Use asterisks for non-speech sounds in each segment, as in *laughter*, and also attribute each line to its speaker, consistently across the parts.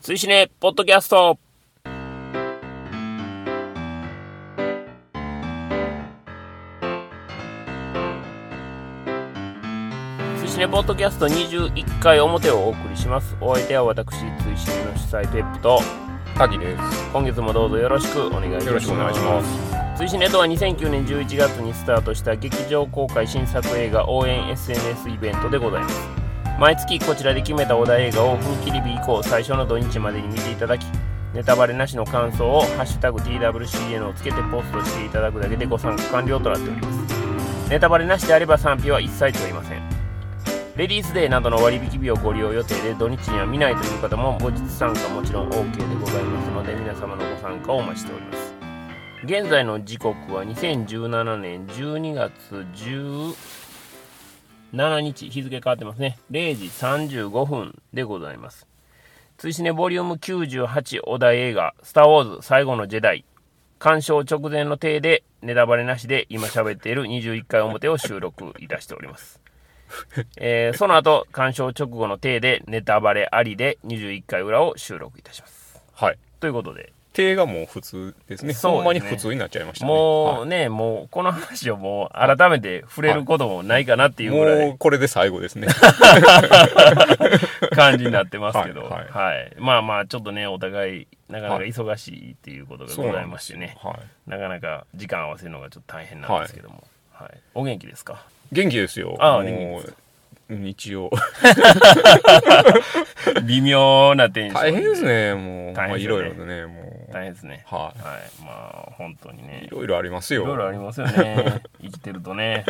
Speaker 1: 追試ね、ポッドキャスト追試ね、ポッドキャスト21回表をお送りします。お相手は私、追試ねの主催ペップと、
Speaker 2: 滝です。
Speaker 1: 今月もどうぞよろしくお願いいたします。
Speaker 2: よろしくお願いします。
Speaker 1: 追試ネットは2009年11月にスタートした劇場公開新作映画応援 SNS イベントでございます毎月こちらで決めたお題映画を踏切日以降最初の土日までに見ていただきネタバレなしの感想を「ハッシュタグ #TWCN」をつけてポストしていただくだけでご参加完了となっておりますネタバレなしであれば賛否は一切問いませんレディースデーなどの割引日をご利用予定で土日には見ないという方も後日参加もちろん OK でございますので皆様のご参加をお待ちしております現在の時刻は2017年12月17日日付変わってますね0時35分でございます追試ねボリューム98お題映画「スター・ウォーズ最後のジェダイ」鑑賞直前の体でネタバレなしで今喋っている21回表を収録いたしておりますえーその後鑑賞直後の体でネタバレありで21回裏を収録いたします
Speaker 2: はい。
Speaker 1: ということで
Speaker 2: 手がもう普通ですね。
Speaker 1: そうですね
Speaker 2: ほんまに普通になっちゃいましたね。
Speaker 1: もう
Speaker 2: は
Speaker 1: ね、もうこの話をもう改めて触れることもないかなってい
Speaker 2: い、
Speaker 1: うぐら
Speaker 2: も
Speaker 1: いう
Speaker 2: これで最後ですね。
Speaker 1: 感じになってますけど、
Speaker 2: はい
Speaker 1: はい。まあまあ、ちょっとね、お互い、なかなか
Speaker 2: はい
Speaker 1: 忙しいっていうことがございましてね、
Speaker 2: はい。
Speaker 1: なかなか時間合わせるのがちょっと大変なんですけども、はい。お元気ですか
Speaker 2: 元気ですよ。
Speaker 1: ああ
Speaker 2: もう
Speaker 1: 元気です
Speaker 2: うん一応。
Speaker 1: *laughs* 微妙なテンション。
Speaker 2: 大変 *laughs* です。ね。もう、
Speaker 1: 大
Speaker 2: ま
Speaker 1: 変
Speaker 2: あ
Speaker 1: です
Speaker 2: い
Speaker 1: よ
Speaker 2: ろ
Speaker 1: ね
Speaker 2: いろとね、もう。
Speaker 1: 大変ですね。
Speaker 2: は
Speaker 1: はい。まあ、本当に
Speaker 2: い。
Speaker 1: ね
Speaker 2: い。ろいろあります
Speaker 1: いろいろあ
Speaker 2: よ。
Speaker 1: りますよね。生きてるとね、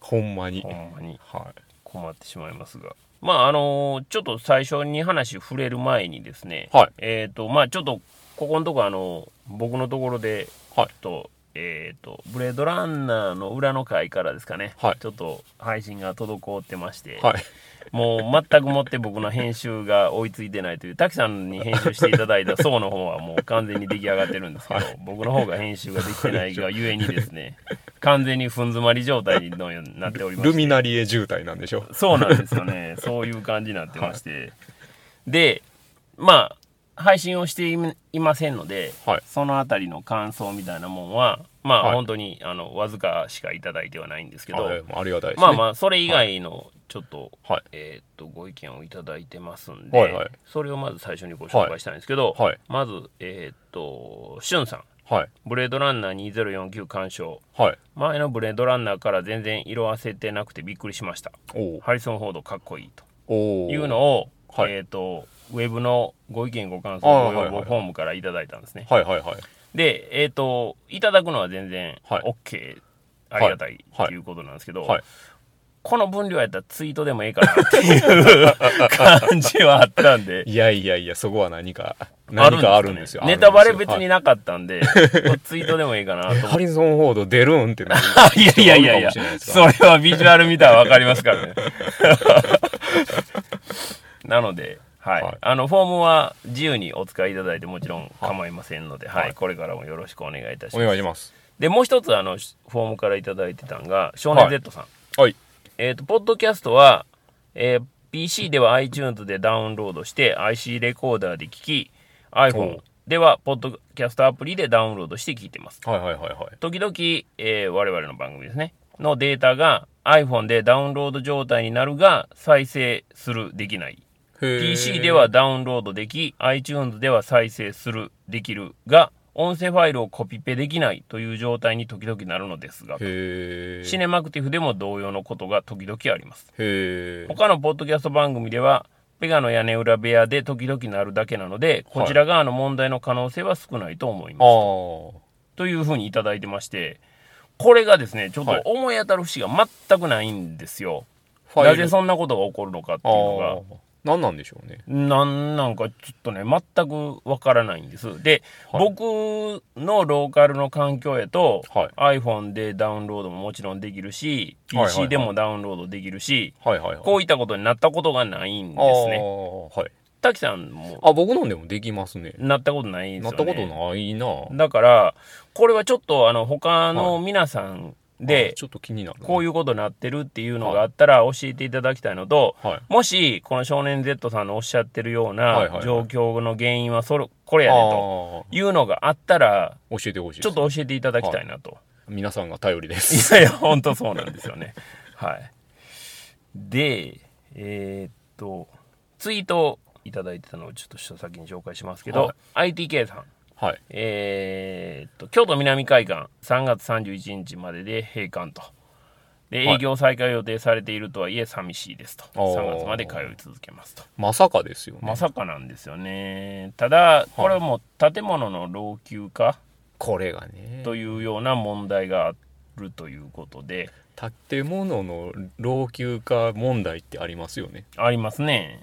Speaker 2: ほんまに
Speaker 1: ほ。んまに。
Speaker 2: は
Speaker 1: 困ってしまいますが。まああのちょっと最初に話触れる前にですね、
Speaker 2: はい
Speaker 1: えっ、とまあちょっとここのとこあの僕のところでちょ
Speaker 2: はい
Speaker 1: っと、えっ、とブレードランナーの裏の回からですかね、
Speaker 2: はい
Speaker 1: ちょっと配信が滞ってまして、
Speaker 2: い。はい。
Speaker 1: もう全くもって僕の編集が追いついてないという滝さんに編集していた
Speaker 2: *laughs*
Speaker 1: だいた層の方はもう完全に出来上がってるんですけど、僕の方が編集ができてないがゆえにですね完全にふん詰まり状態のようになっておりま
Speaker 2: ル
Speaker 1: す
Speaker 2: ミナリエ渋滞なんでしょう。
Speaker 1: そうなんですよ
Speaker 2: *laughs*
Speaker 1: ね。そういう感じになってまして。で、まあ、配信をしていいませんので、
Speaker 2: はい
Speaker 1: そのあたりの感想みたいなもんは、まあ、
Speaker 2: はい
Speaker 1: 本当に、あの、わずかしかいただいてはないんですけど、
Speaker 2: はいありがたいですね。
Speaker 1: まあまあ、それ以外の、ちょっと、
Speaker 2: はい
Speaker 1: えーっと、ご意見をいただいてますんで、
Speaker 2: はいはい
Speaker 1: それをまず最初にご紹介したいんですけど、
Speaker 2: はいはい
Speaker 1: まず、えーっと、しゅんさん、
Speaker 2: あ。はい。
Speaker 1: ブレードランナー2049鑑賞、
Speaker 2: はい。
Speaker 1: 前のブレードランナーから全然色あせてなくてびっくりしました。
Speaker 2: おう
Speaker 1: ハリソン・フォードかっこいいと
Speaker 2: おう
Speaker 1: いうのを、
Speaker 2: はい
Speaker 1: えっ、と、ウェブのご意見、ご感想、
Speaker 2: あー
Speaker 1: ご要
Speaker 2: はいは
Speaker 1: 望
Speaker 2: い
Speaker 1: フォームからいただいたんですね。
Speaker 2: はいはいはい。
Speaker 1: で、えっ、と、いただくのは全然
Speaker 2: はい
Speaker 1: OK、ありがたい
Speaker 2: はい
Speaker 1: っていうことなんですけど、
Speaker 2: はい。
Speaker 1: この分量やったらツイートでもええかなっていう感じはあったんで、
Speaker 2: いやいやいや、そこは何か、 *laughs* 何かあるんですよ。
Speaker 1: ねネタバレ別
Speaker 2: はい
Speaker 1: になかったんで、ツイートでもええかなと思っ
Speaker 2: ハ
Speaker 1: て。
Speaker 2: リソン・フォード出るんって
Speaker 1: *laughs*
Speaker 2: なる
Speaker 1: いやいやいやいや
Speaker 2: 人が多かもしれないで、す
Speaker 1: それはビジュアル見たらわかりますから
Speaker 2: *laughs*
Speaker 1: ね。なので、はい、
Speaker 2: はい
Speaker 1: あの、フォームは自由にお使いいただいてもちろん構いませんので、はい、これからもよろしくお願いいたし
Speaker 2: お
Speaker 1: ます。
Speaker 2: 願いします。
Speaker 1: で、もう一つ、あの、フォームからいただいてたんが、少年 Z さん。
Speaker 2: はい。
Speaker 1: えっ、と、ポッドキャストは、えー PC では iTunes でダウンロードして IC レコーダーで聞き、iPhone
Speaker 2: お
Speaker 1: では、ポッドキャストアプリでダウンロードして聞いてます。
Speaker 2: はいはいはいはい。
Speaker 1: 時々、えー我々の番組ですね、のデータが iPhone でダウンロード状態になるが、再生する、できない。
Speaker 2: へー
Speaker 1: PC では、ダウンロードでき、iTunes では再生する、できるが、音声ファイルをコピペできないという状態に時々なるのですが、
Speaker 2: へ
Speaker 1: シ
Speaker 2: ー
Speaker 1: ネマクティフでも同様のことが時々あります。
Speaker 2: へー
Speaker 1: 他のポッドキャスト番組では、ペガの屋根裏部屋で時々なるだけなので、こちら側の問題の可能性は少ないと思います
Speaker 2: あ。ー
Speaker 1: というふうにいただいてまして、これがですね、ちょっ
Speaker 2: は
Speaker 1: と
Speaker 2: い
Speaker 1: 思い当たる節が全くないんですよ。
Speaker 2: フ
Speaker 1: な
Speaker 2: ァイル。
Speaker 1: ぜそんなことが起こるのかっていうの
Speaker 2: あ
Speaker 1: が
Speaker 2: ー、何なんでしょうね。
Speaker 1: なんなんかちょっとね、全くわからないんです。で、
Speaker 2: はい
Speaker 1: 僕のローカルの環境やと、
Speaker 2: は
Speaker 1: iPhone でダウンロードももちろんできるし、
Speaker 2: はいはいはい
Speaker 1: PC でもダウンロードできるし、
Speaker 2: はいはいはい。
Speaker 1: こ
Speaker 2: う
Speaker 1: ういったことになったことがないんですね。
Speaker 2: はい。
Speaker 1: 滝さんも
Speaker 2: あ、僕なんでもできますね。
Speaker 1: なったことないんです
Speaker 2: な
Speaker 1: よ
Speaker 2: っ
Speaker 1: ね。
Speaker 2: たことないな
Speaker 1: だから、これはちょっと、あの、他の皆さんで
Speaker 2: ちょっと気になるな。
Speaker 1: こういうことになってるっていうのがあったら教えていただきたいのと、
Speaker 2: はい。
Speaker 1: もし、この少年 Z さんのおっしゃってるよう
Speaker 2: はいはい
Speaker 1: な
Speaker 2: はい
Speaker 1: 状況の原因はそれ、これや
Speaker 2: あ
Speaker 1: ねというのがあったら、
Speaker 2: あ、教えてほしいで
Speaker 1: ち
Speaker 2: す。
Speaker 1: ょっと教えていただきたいなと。
Speaker 2: 皆さんが頼りで
Speaker 1: い
Speaker 2: す。
Speaker 1: やいや、本当そうなんですよね。 *laughs* はい。で、えーっと、ツイートをいただいてたのをちょっと一つ先に紹介しますけど、ITK さん。
Speaker 2: はい。
Speaker 1: えーっと、京都南海岸、3月31日までで閉館と。で、
Speaker 2: はい
Speaker 1: 営業再開予定されているとはいえ、寂しいですと。
Speaker 2: おー
Speaker 1: 3月まで通い続けますと。
Speaker 2: まさかですよね。
Speaker 1: まさかなんですよね。ただ、これも建物の老朽化
Speaker 2: これがね。
Speaker 1: というような問題があるということで、
Speaker 2: 建物の老朽化問題ってありますよね。
Speaker 1: ありますね。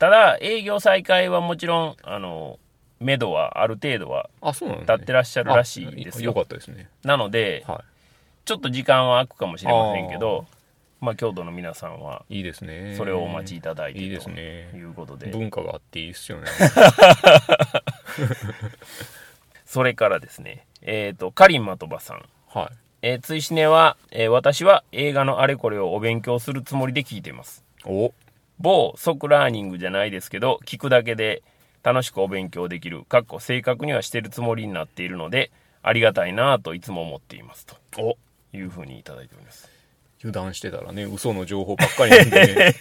Speaker 1: ただ、営業再開はもちろん、あの、目処はある程度は
Speaker 2: あ、そうなん
Speaker 1: 立
Speaker 2: だ、
Speaker 1: ってらっしゃるらしいです
Speaker 2: あよ
Speaker 1: よ。
Speaker 2: かったですね。
Speaker 1: なので、
Speaker 2: は。
Speaker 1: ちょっと時間は空くかもしれませんけど、まあ、京都の皆さんはい
Speaker 2: いいですね。
Speaker 1: それをお待ちいただいて
Speaker 2: いいです
Speaker 1: とい
Speaker 2: ね。
Speaker 1: うことで
Speaker 2: 文化があっていいっすよね。 *laughs*
Speaker 1: それからですね、えっ、と、カリン・マトバさん。
Speaker 2: は
Speaker 1: えー、追試ねは、えー私は映画のあれこれをお勉強するつもりで聞いています。
Speaker 2: い。お
Speaker 1: 某即ラーニングじゃないですけど、聞くだけで楽しくお勉強できる、かっこ正確にはしてるつもりになっているので、ありがたいなぁといつも思っています。と
Speaker 2: お
Speaker 1: いうふうにいただいております。
Speaker 2: 油断してたらね、嘘の情報ばっかりな
Speaker 1: *laughs*
Speaker 2: んで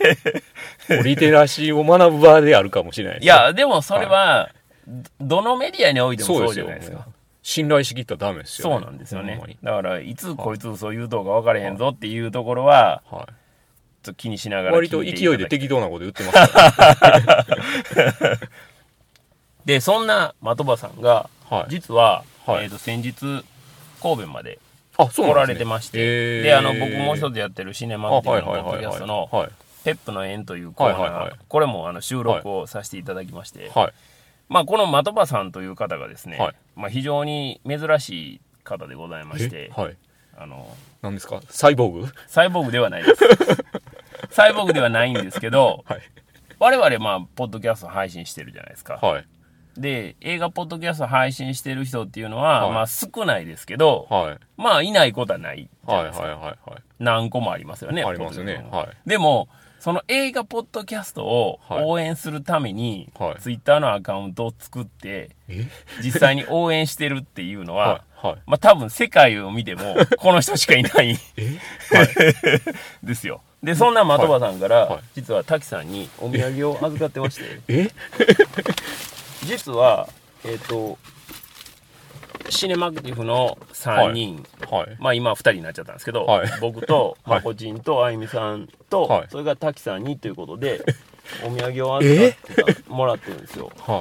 Speaker 2: ね。リテラシーを学ぶ場であるかもしれないです
Speaker 1: いや、でもそれは、どどのメディアにおいても
Speaker 2: そう
Speaker 1: そ
Speaker 2: で
Speaker 1: う
Speaker 2: す
Speaker 1: じゃ
Speaker 2: よ
Speaker 1: ないですか。。
Speaker 2: 信頼しきったらダメですよ、
Speaker 1: そうなんですよ
Speaker 2: ほ
Speaker 1: ね
Speaker 2: まに。
Speaker 1: だから、いつこいつ嘘言うとうか分からへんぞっていうところは、
Speaker 2: は
Speaker 1: ちょっと気にしながら
Speaker 2: い。
Speaker 1: 聞
Speaker 2: 割
Speaker 1: いて
Speaker 2: と
Speaker 1: いただき
Speaker 2: 勢いで適当なこと言ってま
Speaker 1: *laughs*
Speaker 2: すか
Speaker 1: で、そんな的場さんが、
Speaker 2: ら。はい。
Speaker 1: 実は、
Speaker 2: はい
Speaker 1: えっ、と、先日、神戸まで
Speaker 2: あ、そ
Speaker 1: 来られてまして、で、あの、僕もう
Speaker 2: 一
Speaker 1: 一つやってるシネマっていうのポッドキャストの、
Speaker 2: はい。
Speaker 1: ペップの縁というコーナー、
Speaker 2: はいはいはい
Speaker 1: これもあの収録をさせていただきまして、
Speaker 2: はい。
Speaker 1: まあ、この的場さんという方がですね、
Speaker 2: はい
Speaker 1: まあ、非常に珍しい方でございまして、
Speaker 2: えはい。
Speaker 1: あの、
Speaker 2: 何ですかサイボーグ
Speaker 1: サイボーグではないです。 *laughs* サイボーグではないんですけど、
Speaker 2: はい。
Speaker 1: 我々、まあ、ポッドキャスト配信してるじゃないですか。
Speaker 2: はい。
Speaker 1: で、映画ポッドキャスト配信してる人っていうのは、
Speaker 2: はい
Speaker 1: まあ少ないですけど、
Speaker 2: はい。
Speaker 1: まあいないことはないじゃな
Speaker 2: はいいはい
Speaker 1: ですか。
Speaker 2: はいはい。
Speaker 1: 何個もありますよね。
Speaker 2: ありますね
Speaker 1: ポッドキャスト
Speaker 2: はい
Speaker 1: でも、その映画ポッドキャストを
Speaker 2: はい
Speaker 1: 応援するために、
Speaker 2: はい
Speaker 1: ツイッターのアカウントを作って、
Speaker 2: え *laughs*
Speaker 1: 実際に応援してるっていうのは、
Speaker 2: はい。はい。
Speaker 1: まあ多分世界を見て
Speaker 2: *laughs*
Speaker 1: も、この人しかいない
Speaker 2: え
Speaker 1: ですよ。で、そんな的場さんから、
Speaker 2: はい
Speaker 1: 実は滝さんにお土産を預かってま
Speaker 2: *laughs*
Speaker 1: して、
Speaker 2: え
Speaker 1: 実は、えっ、と、シネマクティフの3人、
Speaker 2: はい。
Speaker 1: まあ今2人になっちゃったんですけど、
Speaker 2: はい
Speaker 1: 僕
Speaker 2: *laughs*
Speaker 1: と、
Speaker 2: は
Speaker 1: ま
Speaker 2: い
Speaker 1: こちんとあゆみさんと、
Speaker 2: はい
Speaker 1: それから滝さんにということ
Speaker 2: *laughs*
Speaker 1: で、お土産を預かってたもらってるんですよ。
Speaker 2: はい。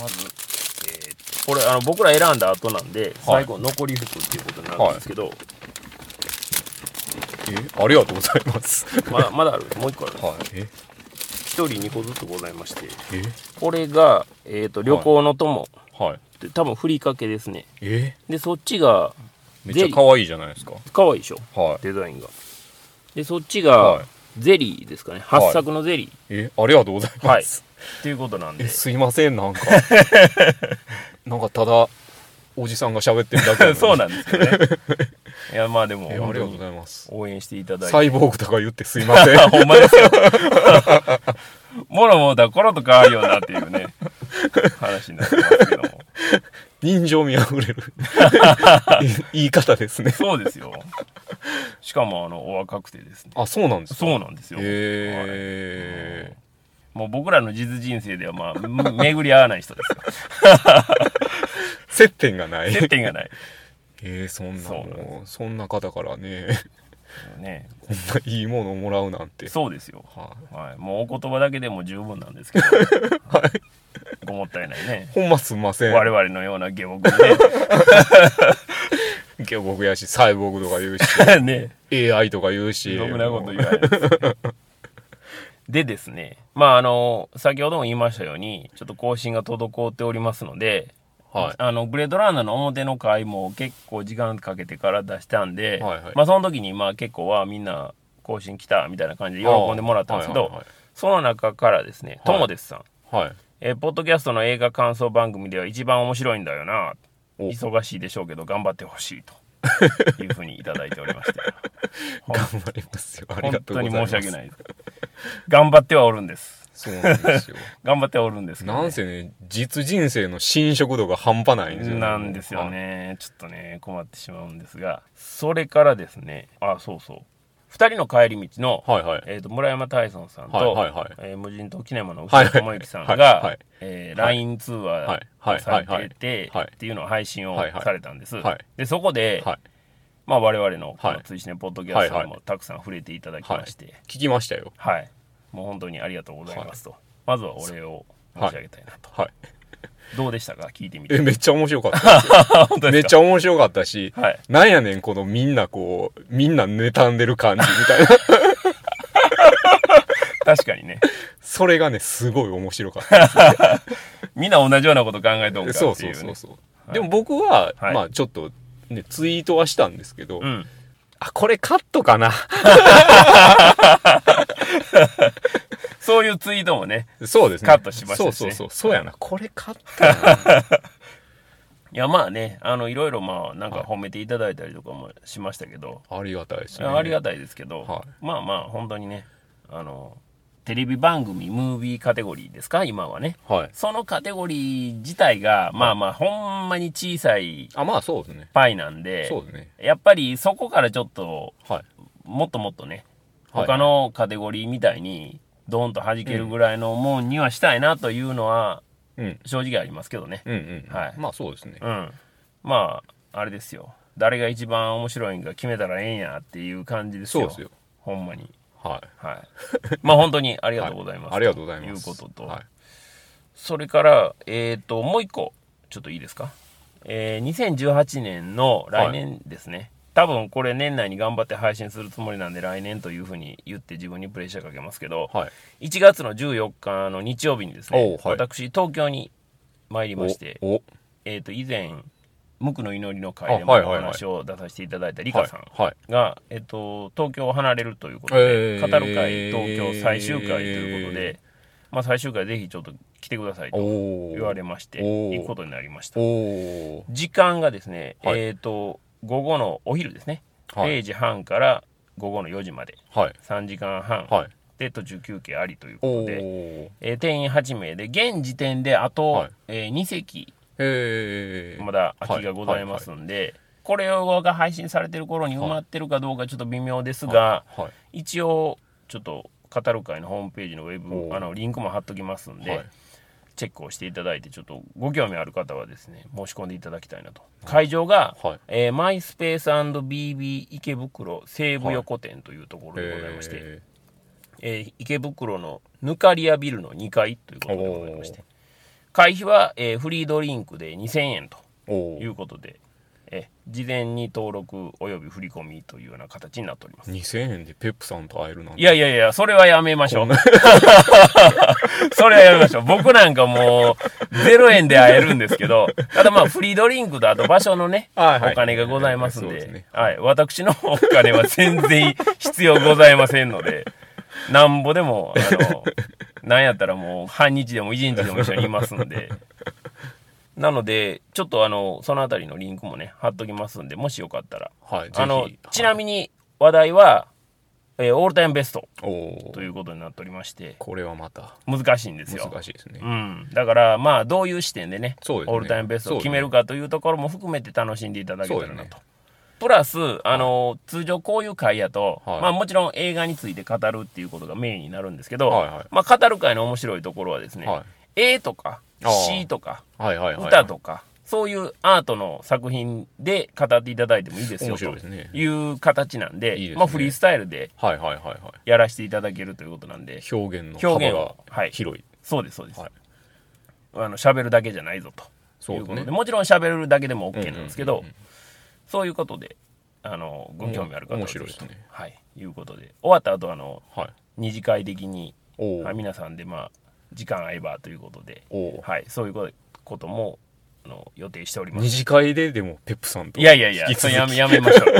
Speaker 1: まず、えーこれあの僕ら選んだ後なんで、
Speaker 2: は
Speaker 1: 最
Speaker 2: い
Speaker 1: 後残り服っていうことになるんですけど、
Speaker 2: えありがとうございます。
Speaker 1: ままだある、もう1個ある。
Speaker 2: はい。え
Speaker 1: 1人2個ずつございまして、
Speaker 2: え
Speaker 1: これが、えっ、と、旅行の友、
Speaker 2: はい。
Speaker 1: で多分ふりかけですね。
Speaker 2: え
Speaker 1: で、そっちが、
Speaker 2: めっちゃ可愛いじゃないですか。
Speaker 1: 可愛いでしょ
Speaker 2: はい。
Speaker 1: デザインが。で、そっちが
Speaker 2: はい、
Speaker 1: ゼリーですかね。
Speaker 2: い
Speaker 1: 発作のゼリー。
Speaker 2: えありがとうございます。
Speaker 1: っていうことなん
Speaker 2: え、
Speaker 1: で。
Speaker 2: すいません、なんか。なんかただ、おじさんが喋ってるだ
Speaker 1: *laughs*
Speaker 2: け
Speaker 1: そう
Speaker 2: な
Speaker 1: なんですよね。いや、まあでも、
Speaker 2: えありがとうござ
Speaker 1: 本
Speaker 2: います
Speaker 1: 当。に応援していただいて。
Speaker 2: サイボーグとか言ってすいません。
Speaker 1: *laughs* ほんまですよ。もろもろだ、コロと変わるよなっていうね、話になってますけども。
Speaker 2: 人情味あふれる言い方ですね。
Speaker 1: そうですよ。しかも、あの、お若くてですね。
Speaker 2: あ、そうなんですか。
Speaker 1: そうなんですよ。
Speaker 2: へえ
Speaker 1: もう僕らの実人生では、まあ、 *laughs* 巡り合わない人ですよ。
Speaker 2: 接点がない。
Speaker 1: 接点がない。
Speaker 2: えー、そんな
Speaker 1: そうなん
Speaker 2: もう、そんな方からね、 *laughs*
Speaker 1: ね、
Speaker 2: こんないいものをもらうなんて。
Speaker 1: そうですよ。
Speaker 2: は
Speaker 1: はい、もうお言葉だけでも十分なんですけど、ごもったいないね
Speaker 2: い。ほんますんません。
Speaker 1: 我々のような下僕ね *laughs*
Speaker 2: 今日僕やし、サイボーグとか
Speaker 1: *laughs*
Speaker 2: 言うし、
Speaker 1: ね
Speaker 2: AI とか言うし。
Speaker 1: ろくなこと言わないですね、でですねまああの先ほども言いましたようにちょっと更新が滞っておりますので、
Speaker 2: は
Speaker 1: あのグレードランナーの表の回も結構時間かけてから出したんで、
Speaker 2: はいはい
Speaker 1: まあ、その時にまあ結構はみんな更新来たみたいな感じで喜んでもらったんですけど、
Speaker 2: はいはい
Speaker 1: その中からですね、
Speaker 2: はい
Speaker 1: ともですさん
Speaker 2: はい。はい
Speaker 1: えーポッドキャストの映画感想番組では一番面白いんだよな
Speaker 2: お
Speaker 1: 忙しいでしょうけど頑張ってほしいというふうにいただいておりま
Speaker 2: *laughs*
Speaker 1: した。
Speaker 2: 頑張りますよ。あり
Speaker 1: 本
Speaker 2: がとう
Speaker 1: 当
Speaker 2: ござ
Speaker 1: に
Speaker 2: い
Speaker 1: 申
Speaker 2: ます。
Speaker 1: し訳ないです。頑張ってはおるんです。
Speaker 2: そうなんで
Speaker 1: *laughs*
Speaker 2: すよ。
Speaker 1: 頑張ってはおるんですけどね、
Speaker 2: なんせね、実人生の侵食度が半端ないんですよ、
Speaker 1: なんですよ。ねちょっとね困ってしまうんですがそれからですねあそうそう2人の帰り道の、
Speaker 2: はいはい。
Speaker 1: えー、と村山大尊さんと、
Speaker 2: はいはいはい
Speaker 1: えー無人島キネマの
Speaker 2: は
Speaker 1: 牛
Speaker 2: い
Speaker 1: 田智之さんが、
Speaker 2: はいはい
Speaker 1: えー LINE 通話をされてて、
Speaker 2: はいはいはいはい
Speaker 1: っていうのを配信を
Speaker 2: はいはい
Speaker 1: されたんです、
Speaker 2: はい
Speaker 1: でそこで、
Speaker 2: はい。
Speaker 1: まあ、我々のこ
Speaker 2: は
Speaker 1: の
Speaker 2: い
Speaker 1: 追試ねポッドキャスト
Speaker 2: はい
Speaker 1: に
Speaker 2: は
Speaker 1: もたくさん触れていただきまして、
Speaker 2: 聞きましたよ。
Speaker 1: はいもう本当にありがとうございますと、まずはお礼を申し上げたいなと、
Speaker 2: はい。
Speaker 1: *laughs* どうでしたか聞いてみて
Speaker 2: え、めっちゃ面白
Speaker 1: *laughs*
Speaker 2: かったです
Speaker 1: あ本当
Speaker 2: よ。
Speaker 1: です
Speaker 2: めっ
Speaker 1: か
Speaker 2: ちゃ面白かったし、
Speaker 1: はい
Speaker 2: なんやねん、このみんなこう、みんな妬んでる感じみたいな。
Speaker 1: 確かにね
Speaker 2: それがね、すごい面白
Speaker 1: *laughs*
Speaker 2: かった。
Speaker 1: みんな同じようなこと考えとんかってい、
Speaker 2: そうう
Speaker 1: ね、
Speaker 2: そうそうそう。
Speaker 1: い
Speaker 2: でも僕は、
Speaker 1: はい
Speaker 2: まあちょっと、ね、ツイートはしたんですけど、
Speaker 1: うん
Speaker 2: あ、これカット
Speaker 1: *laughs*
Speaker 2: かな。
Speaker 1: そういうツイートもね
Speaker 2: そうですね。
Speaker 1: カットしましたしね
Speaker 2: そうそうそう。そうやな。これカットやな。
Speaker 1: いやまあねあのいろいろまあなんか
Speaker 2: はい
Speaker 1: 褒めていただいたりとかもしましたけど、
Speaker 2: ありがたいです
Speaker 1: い
Speaker 2: ね。
Speaker 1: やありが
Speaker 2: た
Speaker 1: たいですけど、
Speaker 2: は
Speaker 1: まあまあ本当にねあのテレビ番組ムービーカテゴリーですか今はね
Speaker 2: い。はい。
Speaker 1: そのカテゴリー自体がまあまあほんまに小さい
Speaker 2: あ、まあそうですね。
Speaker 1: パイなんで
Speaker 2: そうですね。
Speaker 1: やっぱりそこからちょっと
Speaker 2: はい。
Speaker 1: もっともっとね
Speaker 2: はい
Speaker 1: 他のカテゴリーみたいにドーンと弾けるぐらいのもんにはしたいなというのは
Speaker 2: うん。
Speaker 1: 正直ありますけどね
Speaker 2: うんうん。
Speaker 1: はい
Speaker 2: まあそうですね。
Speaker 1: うん、まああれですよ誰が一番面白いんか決めたらええんやっていう感じです
Speaker 2: そう
Speaker 1: よ
Speaker 2: ですよ。
Speaker 1: ほんまに
Speaker 2: はい。
Speaker 1: はい
Speaker 2: *laughs*
Speaker 1: まあ本当にありがとうございます、
Speaker 2: ありがとうございます。
Speaker 1: いうことと、
Speaker 2: はい。
Speaker 1: それからえっ、ともう一個ちょっといいですかえー、2018年の来年ですね、多分これ年内に頑張って配信するつもりなんで来年というふうに言って自分にプレッシャーかけますけど、
Speaker 2: はい。
Speaker 1: 1月の14日の日曜日にですね、
Speaker 2: おうはい
Speaker 1: 私東京に参りまして
Speaker 2: お、お
Speaker 1: えー、と以前「無垢の祈り」の会で
Speaker 2: あ
Speaker 1: もお
Speaker 2: はいはいはい
Speaker 1: 話を出させていただいたリ
Speaker 2: は
Speaker 1: カ
Speaker 2: い
Speaker 1: さん。
Speaker 2: はい。
Speaker 1: が、えー、と東京を離れるということ
Speaker 2: え
Speaker 1: で、
Speaker 2: ー
Speaker 1: 語る会東京最終回ということで、まあ、最終回ぜひちょっと来てください
Speaker 2: お
Speaker 1: と
Speaker 2: お。
Speaker 1: 言われまして
Speaker 2: おー
Speaker 1: 行くことになりました
Speaker 2: おお。
Speaker 1: 時間がですね、
Speaker 2: はい
Speaker 1: えー、と午後のお昼ですね、
Speaker 2: はい。
Speaker 1: 0時半から午後の4時まで
Speaker 2: はい。
Speaker 1: 3時間半
Speaker 2: はい。
Speaker 1: で途中休憩ありという
Speaker 2: お
Speaker 1: こと
Speaker 2: お。
Speaker 1: で、
Speaker 2: へ
Speaker 1: えー定員8名で現時点であと、
Speaker 2: はい
Speaker 1: え2席
Speaker 2: え。
Speaker 1: まだ空きがございますんで、これが配信されてる頃に埋まってるかどうかちょっと微妙ですが、
Speaker 2: はい。
Speaker 1: 一応ちょっと語る会のホームページのウェ
Speaker 2: お
Speaker 1: ブ
Speaker 2: う
Speaker 1: あのリンクも貼っときますんで、
Speaker 2: はい
Speaker 1: チェックをしていただいてちょっとご興味ある方はですね申し込んでいただきたいなと会場が、
Speaker 2: はい
Speaker 1: えーマイスペース &BB 池袋西武横店というところでございまして、え
Speaker 2: え
Speaker 1: ー池袋のヌカリアビルの2階ということでございまして会費は、えーフリードリンクで2000円と
Speaker 2: ーおお
Speaker 1: い。うことで、え事前に登録および振り込みというような形になっております。
Speaker 2: 2000円でペップさんと会えるなん
Speaker 1: い
Speaker 2: て。
Speaker 1: やいやいや、それはやめましょう。それはやめましょう。僕なんかもう、0円で会えるんですけど、ただまあ、フリードリンクとあと場所のね、
Speaker 2: はいはい
Speaker 1: お金がございますん
Speaker 2: そう
Speaker 1: で、
Speaker 2: ですね
Speaker 1: はい、私のお金は全然必要ございませんので、なんぼでも、あの、なんやったらもう、半日でも一日でも一緒にいますんで、なので、ちょっとあの、そのあたりのリンクもね、貼っときますんで、もしよかったら。
Speaker 2: はい。
Speaker 1: あの、ちな
Speaker 2: に。
Speaker 1: みに話題は、えーオールタイムベスト
Speaker 2: おお
Speaker 1: と。いうことになっておりまして、
Speaker 2: これはまた
Speaker 1: 難しいんですよ。
Speaker 2: 難しいですね
Speaker 1: う。ん。だから、まあ、どういう視点でね、
Speaker 2: そうですね
Speaker 1: オールタイムベストを決めるかというところも含めて楽しんでいただけたら
Speaker 2: そう
Speaker 1: な
Speaker 2: です
Speaker 1: と
Speaker 2: ね。
Speaker 1: プラス、あの、通常こういう会やと、
Speaker 2: はい
Speaker 1: まあもちろん映画について語るっていうことがメインになるんですけど、
Speaker 2: はいはい
Speaker 1: まあ語る会の面白いところはですね、
Speaker 2: は
Speaker 1: 絵とか
Speaker 2: あー
Speaker 1: C とか
Speaker 2: い。はいはいはい。
Speaker 1: 歌とか、そういうアートの作品で語っていただいてもいいですよ
Speaker 2: 面
Speaker 1: と
Speaker 2: 白いですね。
Speaker 1: いう形なんで、
Speaker 2: いいですね
Speaker 1: まあ、フリースタイルで
Speaker 2: はいはいはいは
Speaker 1: やらせていただけるということなんで、
Speaker 2: い。表現の
Speaker 1: 表
Speaker 2: 幅
Speaker 1: 現を
Speaker 2: が、
Speaker 1: はい
Speaker 2: 広い。
Speaker 1: そうです、そうです。
Speaker 2: はい
Speaker 1: あの喋るだけじゃないぞと
Speaker 2: そ
Speaker 1: いうう
Speaker 2: で
Speaker 1: こ
Speaker 2: す
Speaker 1: とで、
Speaker 2: ね。
Speaker 1: もちろん喋るだけでも OK なんですけど、
Speaker 2: うんうんうん
Speaker 1: そういうことで、あのご興味ある方は
Speaker 2: 面
Speaker 1: ぜ
Speaker 2: 白いで
Speaker 1: ひと、
Speaker 2: すね
Speaker 1: はい、いうことで、終わった後あの
Speaker 2: はい。
Speaker 1: 二次会的に、
Speaker 2: おお
Speaker 1: あ。皆さんで、まあ、時間合えばということで、
Speaker 2: おお。
Speaker 1: はい、そういうこともあの予定しております
Speaker 2: 二。次会ででもペップさんと
Speaker 1: いやいやいや
Speaker 2: 引、き
Speaker 1: そ
Speaker 2: 続
Speaker 1: れ
Speaker 2: き
Speaker 1: やめやめましょ
Speaker 2: *laughs*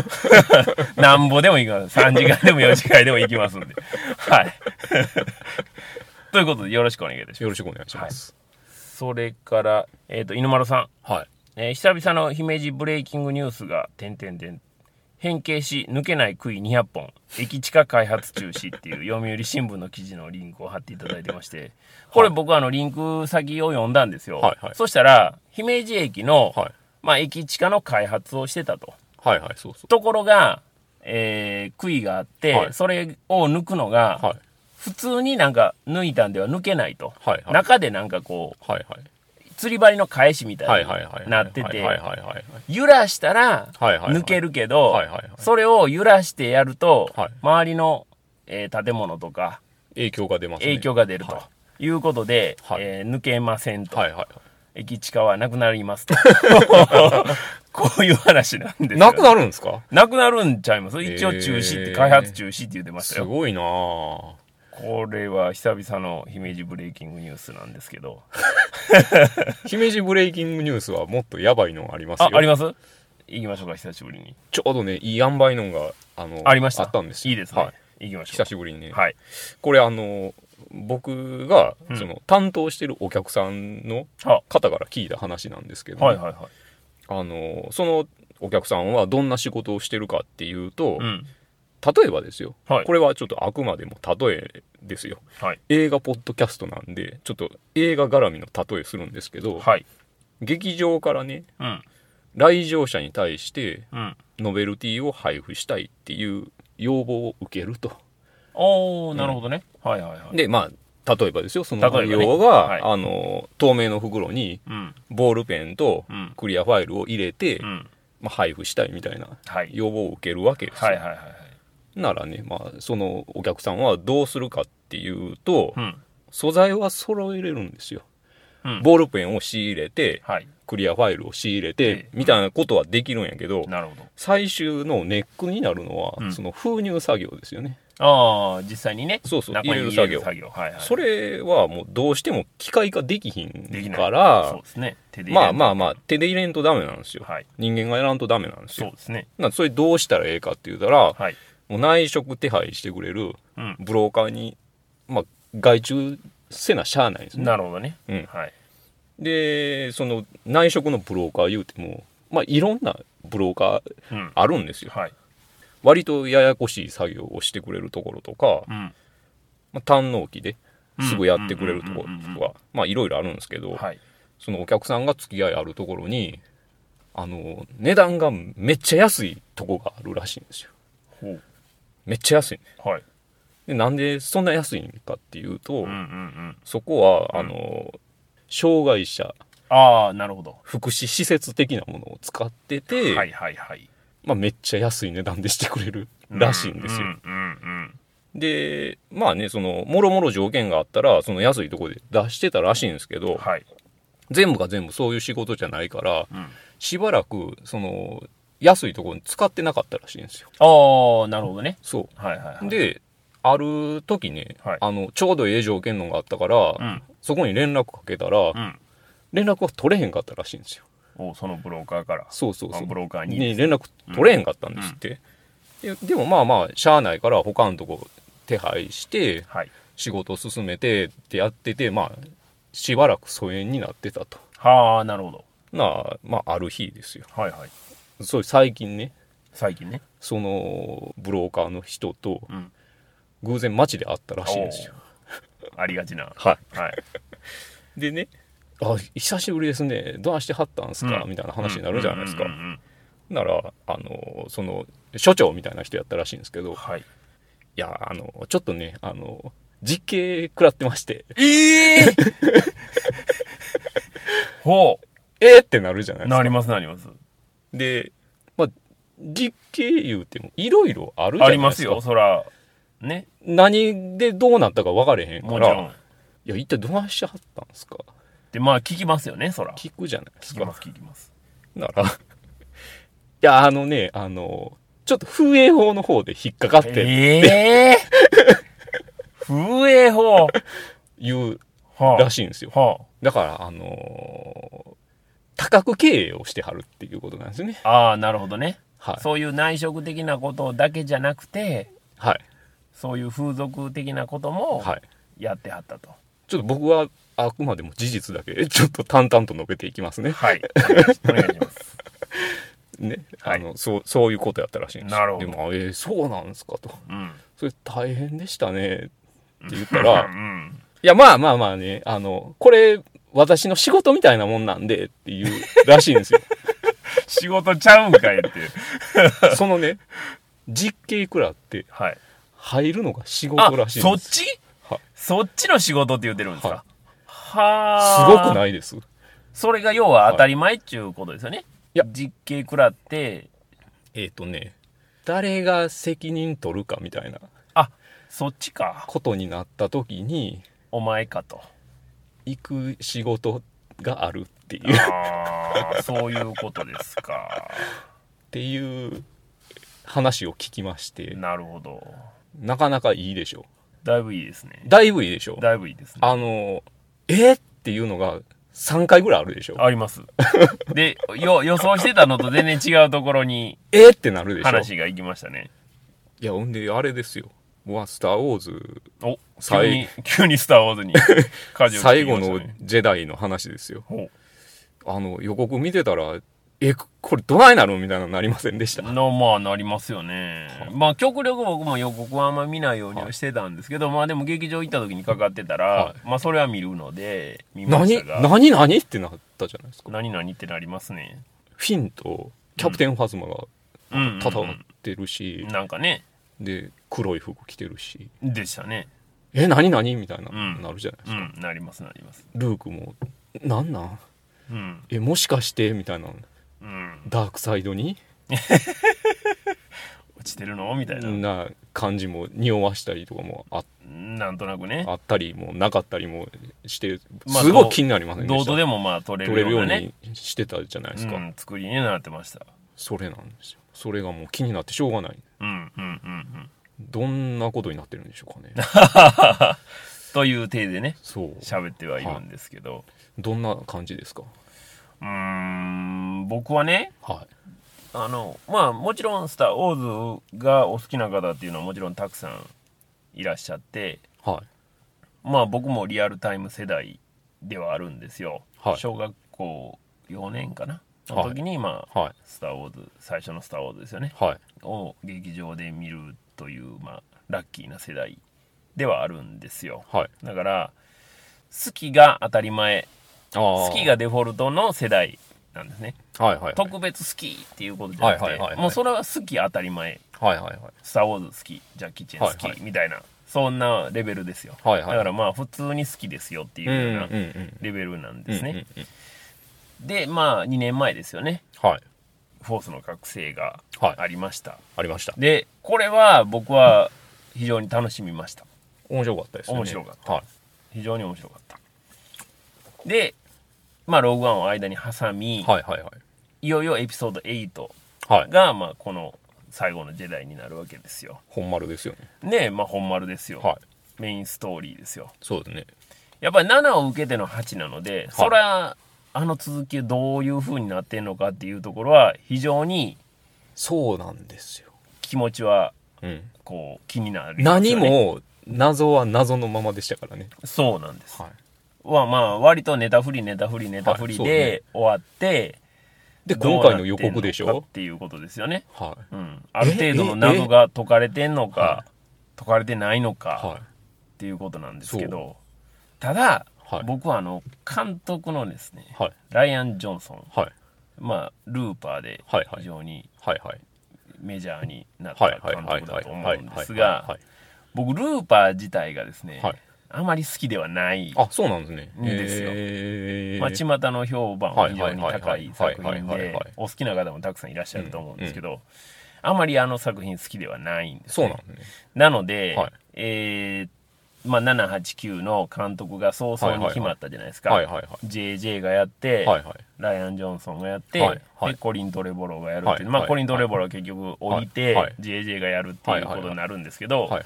Speaker 1: う。なんぼでも行きます。3時間でも4時間でも行きますんで。
Speaker 2: *laughs*
Speaker 1: はい。ということで、よろしくお願いいたしま
Speaker 2: よろしくお願いします
Speaker 1: す。それから、えっ、と、犬丸さん、
Speaker 2: はい
Speaker 1: えー久々の姫路ブレイキングニュースが点々点変形し抜けない杭200本駅地下開発中止っていう読売新聞の記事のリンクを貼っていただいてましてこれ僕あのリンク先を読んだんですよ、
Speaker 2: はいはい
Speaker 1: そしたら姫路駅の、
Speaker 2: はい
Speaker 1: まあ、駅地下の開発をしてたと
Speaker 2: はいはいそうそ
Speaker 1: ところが、えー、杭があって、
Speaker 2: はい
Speaker 1: それを抜くのが、
Speaker 2: うはい
Speaker 1: 普通になんか抜いたんでは抜けないと、
Speaker 2: はいはい
Speaker 1: 中でなんかこ
Speaker 2: はいはいう
Speaker 1: 釣り針の返しみ
Speaker 2: は
Speaker 1: た
Speaker 2: い
Speaker 1: い
Speaker 2: はいはい
Speaker 1: になって
Speaker 2: はいはい
Speaker 1: て
Speaker 2: はいはい
Speaker 1: 揺らしたら
Speaker 2: はいはいはい
Speaker 1: 抜けるけど、
Speaker 2: はいはいはい
Speaker 1: それを揺らしてやると、
Speaker 2: はい
Speaker 1: 周りの、えー建物とか
Speaker 2: 影響が出ますね
Speaker 1: 影響が出ると。
Speaker 2: はい
Speaker 1: いうことで、
Speaker 2: はい
Speaker 1: えー抜けませんと、
Speaker 2: はいはいは
Speaker 1: 駅地下はなくなります
Speaker 2: *laughs*
Speaker 1: とこういう話なんです
Speaker 2: い
Speaker 1: よ
Speaker 2: なくなるんですか
Speaker 1: なくなるんちゃいます一応
Speaker 2: えー
Speaker 1: 中止って、開発中止って言ってました
Speaker 2: す
Speaker 1: よ。
Speaker 2: ごいなあ
Speaker 1: これは久々の姫路ブレイキングニュースなんですけど。
Speaker 2: 姫路ブレイキングニュースはもっとやばいのありますよ
Speaker 1: あ、あります行きましょうか、久しぶりに。
Speaker 2: ちょうどねいい塩梅のがあの
Speaker 1: ありました。
Speaker 2: ったんですよ
Speaker 1: いいですね。
Speaker 2: はい
Speaker 1: 行きましょ
Speaker 2: 久
Speaker 1: う。
Speaker 2: しぶりにね、
Speaker 1: はい。
Speaker 2: これあの僕が
Speaker 1: うん
Speaker 2: その担当してるお客さんの
Speaker 1: は、
Speaker 2: 方から聞いた話なんですけど、
Speaker 1: はいはいはい。
Speaker 2: あのそのお客さんはどんな仕事をしてるかっていうと、
Speaker 1: うん。
Speaker 2: 例えばですよ、
Speaker 1: はい
Speaker 2: これはちょっとあくまでも例えですよ
Speaker 1: はい。
Speaker 2: 映画ポッドキャストなんでちょっと映画絡みの例えするんですけど、
Speaker 1: はい。
Speaker 2: 劇場からね
Speaker 1: うん。
Speaker 2: 来場者に対して
Speaker 1: うん。
Speaker 2: ノベルティを配布したいっていう要望を受けると
Speaker 1: おー、なるほどね。はいはいはい。
Speaker 2: でまあ例えばですよそ
Speaker 1: 例
Speaker 2: の
Speaker 1: えばね
Speaker 2: 内容が、
Speaker 1: はい
Speaker 2: あの透明の袋に
Speaker 1: うん。
Speaker 2: ボールペンと
Speaker 1: うん。
Speaker 2: クリアファイルを入れて、
Speaker 1: うん。
Speaker 2: まあ、配布したいみたいな
Speaker 1: はい。
Speaker 2: 要望を受けるわけですよ、
Speaker 1: はいはいはいはい。
Speaker 2: ならね、まあ、そのお客さんはどうするかっていうと、
Speaker 1: うん。
Speaker 2: 素材は揃えれるんですよ、
Speaker 1: うん
Speaker 2: ボールペンを仕入れて
Speaker 1: はい。
Speaker 2: クリアファイルを仕入れ
Speaker 1: ええ
Speaker 2: てみたいなことはできるんやけど
Speaker 1: なるほど。
Speaker 2: 最終のネックになるのは、
Speaker 1: うん
Speaker 2: その封入作業ですよね
Speaker 1: あー、実際にね。
Speaker 2: そうそう
Speaker 1: 中に入れる作業。はいはい。
Speaker 2: それはもうどうしても機械化できひ
Speaker 1: でき
Speaker 2: ん
Speaker 1: ない
Speaker 2: から
Speaker 1: そうですね。手で入れ
Speaker 2: まあ
Speaker 1: る
Speaker 2: まあまあ手で入れんとダメなんですよ、
Speaker 1: はい。
Speaker 2: 人間がやらんとダメなんです
Speaker 1: そう
Speaker 2: よ
Speaker 1: ですね。
Speaker 2: なんでそれどうしたらええかって言ったら
Speaker 1: はい。
Speaker 2: もう内職手配してくれる
Speaker 1: うん。
Speaker 2: ブローカーに、まあ、外注せなしゃあないですね
Speaker 1: なるほどね。
Speaker 2: うん
Speaker 1: はい。
Speaker 2: でその内職のブローカー言うてもまあいろんなブローカ
Speaker 1: う
Speaker 2: ー
Speaker 1: ん。
Speaker 2: あるんですよ
Speaker 1: はい。
Speaker 2: 割とややこしい作業をしてくれるところとか、
Speaker 1: うん。
Speaker 2: まあ、単納期ですぐやってくれるとこ
Speaker 1: うんうんうんうん
Speaker 2: ろとかまあいろいろあるんですけど、
Speaker 1: はい。
Speaker 2: そのお客さんが付き合いあるところにあの値段がめっちゃ安いとこがあるらしいんですよ
Speaker 1: ほう。
Speaker 2: めっちゃ安いね
Speaker 1: はい。
Speaker 2: でなんでそんな安いんかっていうと、
Speaker 1: うんうんうん。
Speaker 2: そこはあの、障害者
Speaker 1: ああ、なるほど。
Speaker 2: 福祉施設的なものを使ってて、
Speaker 1: はいはいはい。
Speaker 2: まあ、めっちゃ安い値段でしてくれるらしいんですよ。
Speaker 1: うんうん
Speaker 2: でまあねそのもろもろ条件があったらその安いとこで出してたらしいんですけ
Speaker 1: うん。
Speaker 2: ど
Speaker 1: はい。
Speaker 2: 全部が全部そういう仕事じゃないから
Speaker 1: うん、あ
Speaker 2: しばらくその安いとこに使ってなかったらしいんですよ。
Speaker 1: あ、なるほどね。
Speaker 2: そ
Speaker 1: はいはい、は
Speaker 2: う
Speaker 1: い。、
Speaker 2: である時ね、
Speaker 1: はい
Speaker 2: あのちょうどええ条件のがあったか
Speaker 1: う
Speaker 2: ら、
Speaker 1: ん。
Speaker 2: そこに連絡かけたら、
Speaker 1: うん。
Speaker 2: 連絡が取れへんかったらしいんですよ。
Speaker 1: おそのブローカーから。
Speaker 2: そうそう
Speaker 1: あ
Speaker 2: そう
Speaker 1: ブローカーに。
Speaker 2: に連絡取れへんかったんですって、ででもまあまあしゃあないから他のとこ手配して
Speaker 1: はい。
Speaker 2: 仕事を進めてってやっててまあしばらく疎遠になってたと
Speaker 1: はあ、なるほど。
Speaker 2: なあまあある日ですよ
Speaker 1: はいはい。
Speaker 2: そう最近ね
Speaker 1: 最近ね。
Speaker 2: そのブローカーの人と
Speaker 1: うん。
Speaker 2: 偶然街で会ったらしいんですよ
Speaker 1: ありがちな。
Speaker 2: は
Speaker 1: はい。
Speaker 2: いでねあ久しぶりですねどうしてはったんすか、みたいな話になるじゃないですか、
Speaker 1: うんうんうんうん
Speaker 2: ならあのその所長みたいな人やったらしいんですけど
Speaker 1: はい。
Speaker 2: いや、あの、ちょっとね、あの、実刑食らってまして、
Speaker 1: ええほ
Speaker 2: えー、ってなるじゃ
Speaker 1: う。
Speaker 2: ないです
Speaker 1: な
Speaker 2: か。
Speaker 1: りますなります。
Speaker 2: で、まあ、実刑言うても、いろいろあるじゃ
Speaker 1: あ
Speaker 2: な
Speaker 1: り
Speaker 2: いで
Speaker 1: ますす
Speaker 2: か。
Speaker 1: よ、そら。ね。
Speaker 2: 何でどうなったか分かれへんか
Speaker 1: もちろ
Speaker 2: ら、
Speaker 1: ん。
Speaker 2: いや、一体どうしちゃったんですか
Speaker 1: で、まあ聞きますよね、そら。
Speaker 2: 聞くじゃないです
Speaker 1: 聞きま
Speaker 2: か。
Speaker 1: す、聞きます。
Speaker 2: なら、い *laughs* や、あのね、あの、ちょっと風営法の方で引っかかって
Speaker 1: ええ風営法。
Speaker 2: いう
Speaker 1: は
Speaker 2: らしいんですよ。
Speaker 1: あ、は
Speaker 2: だから、あの多角経営をしてはるっていうことなんですね。
Speaker 1: あ、ああなるほどね、
Speaker 2: はい。
Speaker 1: そういう内職的なことだけじゃなくて
Speaker 2: はい。
Speaker 1: そういう風俗的なことも
Speaker 2: はい。
Speaker 1: やってはったと、
Speaker 2: ちょっと僕はあくまでも事実だけ *laughs* ちょっと淡々と述べていきますね。
Speaker 1: はい。お願いします。
Speaker 2: ね、
Speaker 1: はい
Speaker 2: あのそうそういうことやったらしいんですよ
Speaker 1: なるほど
Speaker 2: でも、えーそうなんですかと。
Speaker 1: うん。
Speaker 2: それ大変でしたねって言ったら
Speaker 1: う、 *laughs* ん。
Speaker 2: いや、まあまあまあね、あの、これ、私の仕事みたいなもんなんでっていうらしいん
Speaker 1: *laughs*
Speaker 2: ですよ。
Speaker 1: 仕事ちゃうんかいっていう。
Speaker 2: そのね、実刑くらって
Speaker 1: はい。
Speaker 2: 入るのが仕
Speaker 1: あ
Speaker 2: 事ら、しいん
Speaker 1: そ
Speaker 2: で
Speaker 1: っ
Speaker 2: す。
Speaker 1: ち
Speaker 2: はい
Speaker 1: そっちの仕事って言ってるんですか
Speaker 2: す
Speaker 1: は
Speaker 2: ごく
Speaker 1: い。
Speaker 2: ないです。
Speaker 1: それが要は当たり前っていうことですよね。
Speaker 2: いや
Speaker 1: 実刑食らって、
Speaker 2: えっ、とね、誰が責任取るかみたいな
Speaker 1: あ、そっちか。
Speaker 2: ことになった時に、
Speaker 1: お前かと。
Speaker 2: 行く仕事があるっていう、っ
Speaker 1: ああ、そういうことですか。
Speaker 2: ていう話を聞きまして、
Speaker 1: なるほど。
Speaker 2: なかなかいいでしょ
Speaker 1: だいぶいいですね
Speaker 2: う。。だいぶいいでしょう。
Speaker 1: だいぶいいですね。
Speaker 2: あの、えっていうのが3回ぐらいあるでしょ。
Speaker 1: あります。で、よ、予想してたのと全然違うところに
Speaker 2: えってなるでしょ。
Speaker 1: 話が行きましたね。
Speaker 2: いや、ほんで、あれですよ。まあ、スター・ウォーズ、
Speaker 1: お、急に
Speaker 2: 最、
Speaker 1: 急にスター・ウォーズに舵を切りましたね、
Speaker 2: 最後のジェダイの話ですよ。
Speaker 1: ほ
Speaker 2: あの、予告見てたら、え、これどないなるみたいなのなりませんでした。
Speaker 1: う。の、まあ、なりますよね。まあ、極力僕も予告はあんま見ないようにはしてたんですけど、まあでも劇場行った時にかかってたら、
Speaker 2: は
Speaker 1: まあそれは見るので、見まし
Speaker 2: 何
Speaker 1: たが。
Speaker 2: 何何ってなったじゃないですか。
Speaker 1: 何何ってなりますね。
Speaker 2: フィンとキャプテン・ファズマが
Speaker 1: うんうん、
Speaker 2: 戦ってるし、
Speaker 1: なんかね、
Speaker 2: で、黒い服着てるし、
Speaker 1: でしたね。
Speaker 2: え、何何みたいな、
Speaker 1: うん
Speaker 2: なるじゃないです
Speaker 1: う
Speaker 2: か。
Speaker 1: ん、なりますなります。
Speaker 2: ルークも、なんなん
Speaker 1: うん、
Speaker 2: え、もしかしてみたいな、
Speaker 1: うん。
Speaker 2: ダークサイドに
Speaker 1: 落ちてるのみたいな、
Speaker 2: な感じも匂わしたりとかもあっ
Speaker 1: なんとなくね。
Speaker 2: あったりもなかったりもして、
Speaker 1: まあ
Speaker 2: すごい気になりませんで
Speaker 1: ど
Speaker 2: し
Speaker 1: う
Speaker 2: た、
Speaker 1: とでもまあ取れ
Speaker 2: 取れ
Speaker 1: る
Speaker 2: る
Speaker 1: よ
Speaker 2: よ
Speaker 1: う
Speaker 2: う
Speaker 1: なね。
Speaker 2: にしてたじゃないですか、
Speaker 1: うん、作りになってました。
Speaker 2: それなんですよそれがもう気になってしょうがない
Speaker 1: うん、うん、うん、うん。
Speaker 2: どんなことになってるんでしょうかね
Speaker 1: という体でね、
Speaker 2: そう
Speaker 1: 喋ってはいるんですけど。
Speaker 2: どんな感じですか
Speaker 1: うーん、僕はね、
Speaker 2: は
Speaker 1: あの、まあもちろんスター・ウォーズがお好きな方っていうのはもちろんたくさんいらっしゃって、
Speaker 2: いはい
Speaker 1: まあ僕もリアルタイム世代ではあるんですよ。
Speaker 2: はい
Speaker 1: 小学校4年かなの時に、まあ、
Speaker 2: はい
Speaker 1: スター・ウォーズ、最初のスター・ウォーズですよね。
Speaker 2: はい
Speaker 1: を劇場で見るという、まあ、ラッキーな世代ではあるんですよ。
Speaker 2: はい
Speaker 1: だから、好きが当たり前、
Speaker 2: あー
Speaker 1: 好きがデフォルトの世代なんですね。
Speaker 2: はいはいはい
Speaker 1: 特別好きっていうことじゃなくて、
Speaker 2: はいはいはいはい
Speaker 1: もうそれは好き当たり前、
Speaker 2: はいはいはい
Speaker 1: スター・ウォーズ好き、ジャッキー・チェン好き、
Speaker 2: はいはい
Speaker 1: みたいな、そんなレベルですよ。
Speaker 2: はいはい
Speaker 1: だからまあ、普通に好きですよっていう
Speaker 2: うんうん
Speaker 1: ような
Speaker 2: うん
Speaker 1: レベルなんですね。
Speaker 2: うんうん
Speaker 1: で、まあ、2年前ですよね、
Speaker 2: うんはい
Speaker 1: フォースの覚醒が
Speaker 2: はい
Speaker 1: ありました。
Speaker 2: ありました
Speaker 1: でこれは僕は非常に楽しみました
Speaker 2: 面白かったですよね
Speaker 1: 面白かった
Speaker 2: はい
Speaker 1: 非常に面白かったでまあローグワンを間に挟み、
Speaker 2: はいはいはい
Speaker 1: い、よいよエピソード8
Speaker 2: はい
Speaker 1: が、まあ、この最後のジェダイになるわけですよ
Speaker 2: 本丸ですよね
Speaker 1: ねえまあ本丸ですよ、
Speaker 2: はい
Speaker 1: メインストーリーですよ
Speaker 2: そうですね
Speaker 1: やっぱり7を受けての8なので、そりゃあの続きどういう風になってんのかっていうところは非常に
Speaker 2: そうなんですよ
Speaker 1: 気持ちは
Speaker 2: うん
Speaker 1: こう気になる、
Speaker 2: 何も謎は謎のままでしたからね。
Speaker 1: そうなんです
Speaker 2: はい、
Speaker 1: はまあ割とネタフリネタフリネタフリ
Speaker 2: はいそうね
Speaker 1: で終わって、
Speaker 2: で
Speaker 1: どう
Speaker 2: 今
Speaker 1: なってんのか
Speaker 2: 回の予告でしょ
Speaker 1: っ、ていうことですよね、
Speaker 2: は
Speaker 1: うん、ある程度の謎が解かれてんのか
Speaker 2: は
Speaker 1: 解かれてないの
Speaker 2: い
Speaker 1: か
Speaker 2: は
Speaker 1: っていうことなんですけど、ただ、
Speaker 2: はい
Speaker 1: 僕はあの監督のですね
Speaker 2: い、はい
Speaker 1: ライアン・ジョンソン
Speaker 2: はい
Speaker 1: まあルーパーで
Speaker 2: はいはい
Speaker 1: 非常に
Speaker 2: はいはい
Speaker 1: メジャーになっ
Speaker 2: は
Speaker 1: た
Speaker 2: いはい
Speaker 1: 監
Speaker 2: はい
Speaker 1: 督だ
Speaker 2: はい
Speaker 1: と
Speaker 2: は
Speaker 1: 思
Speaker 2: い
Speaker 1: うん
Speaker 2: は
Speaker 1: です
Speaker 2: い
Speaker 1: が僕ルーパー自体がですね、
Speaker 2: はい
Speaker 1: あまり好きではない
Speaker 2: あそうなんですね。
Speaker 1: いいですよ
Speaker 2: えー
Speaker 1: まあ、巷の評判は非常に高い作
Speaker 2: はい
Speaker 1: 品
Speaker 2: はいはいはいはいはい
Speaker 1: で
Speaker 2: はい
Speaker 1: お好きな方もたくさんいらっしゃると思うんですけど、あまりあの作品好きではないんです
Speaker 2: そう
Speaker 1: ね、
Speaker 2: なんですね。
Speaker 1: なので、
Speaker 2: はい
Speaker 1: えーまあ、789の監督が早々に決まったじゃないですか、
Speaker 2: はいはいはい
Speaker 1: JJ がやって、
Speaker 2: はいはい
Speaker 1: ライアン・ジョンソンがやって、
Speaker 2: はいはい
Speaker 1: でコリン・トレボロがやるっていう、
Speaker 2: はい
Speaker 1: まあ、
Speaker 2: はい
Speaker 1: コリン・トレボロは結局降りて、
Speaker 2: はいはい
Speaker 1: JJ がやるっていうことになるんですけど、
Speaker 2: はいはい。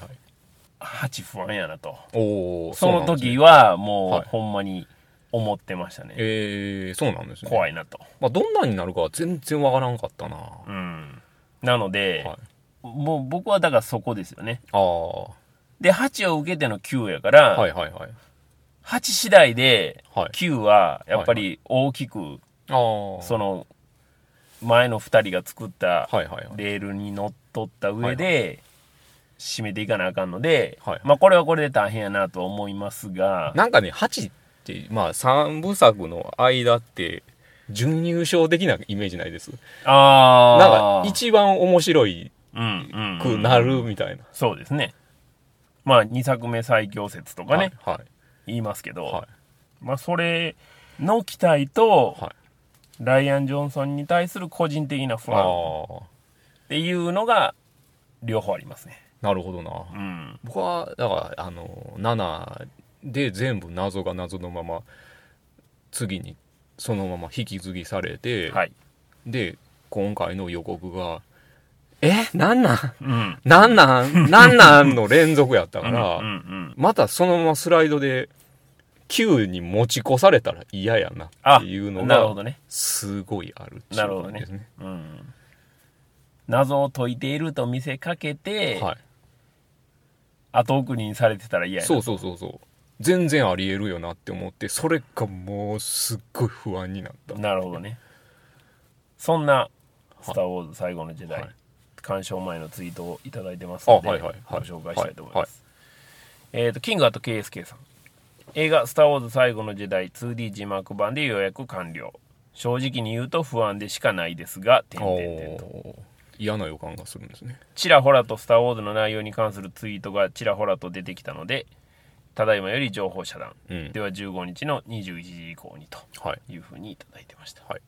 Speaker 1: 8不安やなと
Speaker 2: おお
Speaker 1: その時
Speaker 2: は
Speaker 1: はもう、
Speaker 2: はい
Speaker 1: ほんまに思ってましたね、
Speaker 2: えー、そうなんですね。
Speaker 1: 怖いなと。
Speaker 2: まあどんなになるかは全然わからんかったな。は
Speaker 1: うん、なので、
Speaker 2: い。あ
Speaker 1: もう僕はだからそこですよね
Speaker 2: あは
Speaker 1: で8を受けての9やから、
Speaker 2: いはいはい。
Speaker 1: 8次第で、
Speaker 2: はい。
Speaker 1: 9はやっぱり大きく、
Speaker 2: ああ。
Speaker 1: その、前の2人が作った
Speaker 2: はいはいはい。
Speaker 1: レールに乗っ取った上
Speaker 2: は
Speaker 1: で、締めていかなあかんので
Speaker 2: はいはい、
Speaker 1: まあこれはこれで大変やなとは思いますが、
Speaker 2: なんかね、8って、まあ、3部作の間って、準優勝的なイメージないです。なん
Speaker 1: あ
Speaker 2: か、
Speaker 1: ー
Speaker 2: 一番面白い
Speaker 1: うんうん
Speaker 2: くなるみたいな。
Speaker 1: そうですね。まあ2作目最強説とかね、
Speaker 2: はい。
Speaker 1: 言いますけど、
Speaker 2: はい。
Speaker 1: まあそれの期待と、
Speaker 2: はい
Speaker 1: ライアン・ジョンソンに対する個人的な不
Speaker 2: ああ
Speaker 1: 安っていうのが両方ありますね。
Speaker 2: ー。なるほどな。
Speaker 1: うん。
Speaker 2: 僕は、だから、あの、7で全部謎が謎のまま、次に、そのまま引き継ぎされて、
Speaker 1: はい。
Speaker 2: で、今回の予告が、えなん *laughs* なん
Speaker 1: うん。
Speaker 2: なんなんなんなんの連続やったか
Speaker 1: うんう
Speaker 2: ら、
Speaker 1: ん
Speaker 2: またそのままスライドで9に持ち越されたら嫌やなっていう
Speaker 1: う
Speaker 2: の
Speaker 1: ん。なるほ
Speaker 2: が、
Speaker 1: どね。
Speaker 2: すごいあるってい
Speaker 1: なる
Speaker 2: う
Speaker 1: ほど
Speaker 2: 感じ
Speaker 1: ね
Speaker 2: ですね。。
Speaker 1: うん。謎を解いていると見せかけて、
Speaker 2: は
Speaker 1: 後送りにされてたら嫌
Speaker 2: い。
Speaker 1: やな
Speaker 2: そうそうそうそう。全然ありえるよなって思って、それがもうすっごい不安になった。
Speaker 1: なるほどねそんな「スター・ウォーズ最後の時代」
Speaker 2: はい
Speaker 1: 鑑賞前のツイートをいただいてますので、
Speaker 2: あはいはいはい
Speaker 1: ご紹介したいと思います、えっ、とキングアと KSK さん映画「スター・ウォーズ最後の時代」2D 字幕版で予約完了正直に言うと不安でしかないですが点々
Speaker 2: お
Speaker 1: 点と
Speaker 2: ー嫌な予感がするんですね。
Speaker 1: ちらほらと「スター・ウォーズ」の内容に関するツイートがちらほらと出てきたのでただいまより情報遮断、
Speaker 2: うん
Speaker 1: で。は15日の21時以降にと
Speaker 2: はい。
Speaker 1: いうふうにいただいてました
Speaker 2: はい。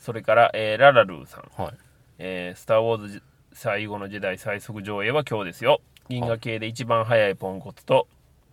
Speaker 1: それから、えーララルーさん
Speaker 2: はい。
Speaker 1: えースター・ウォーズ最後の時代最速上映は今日ですよ銀河系で一番速いポンコツと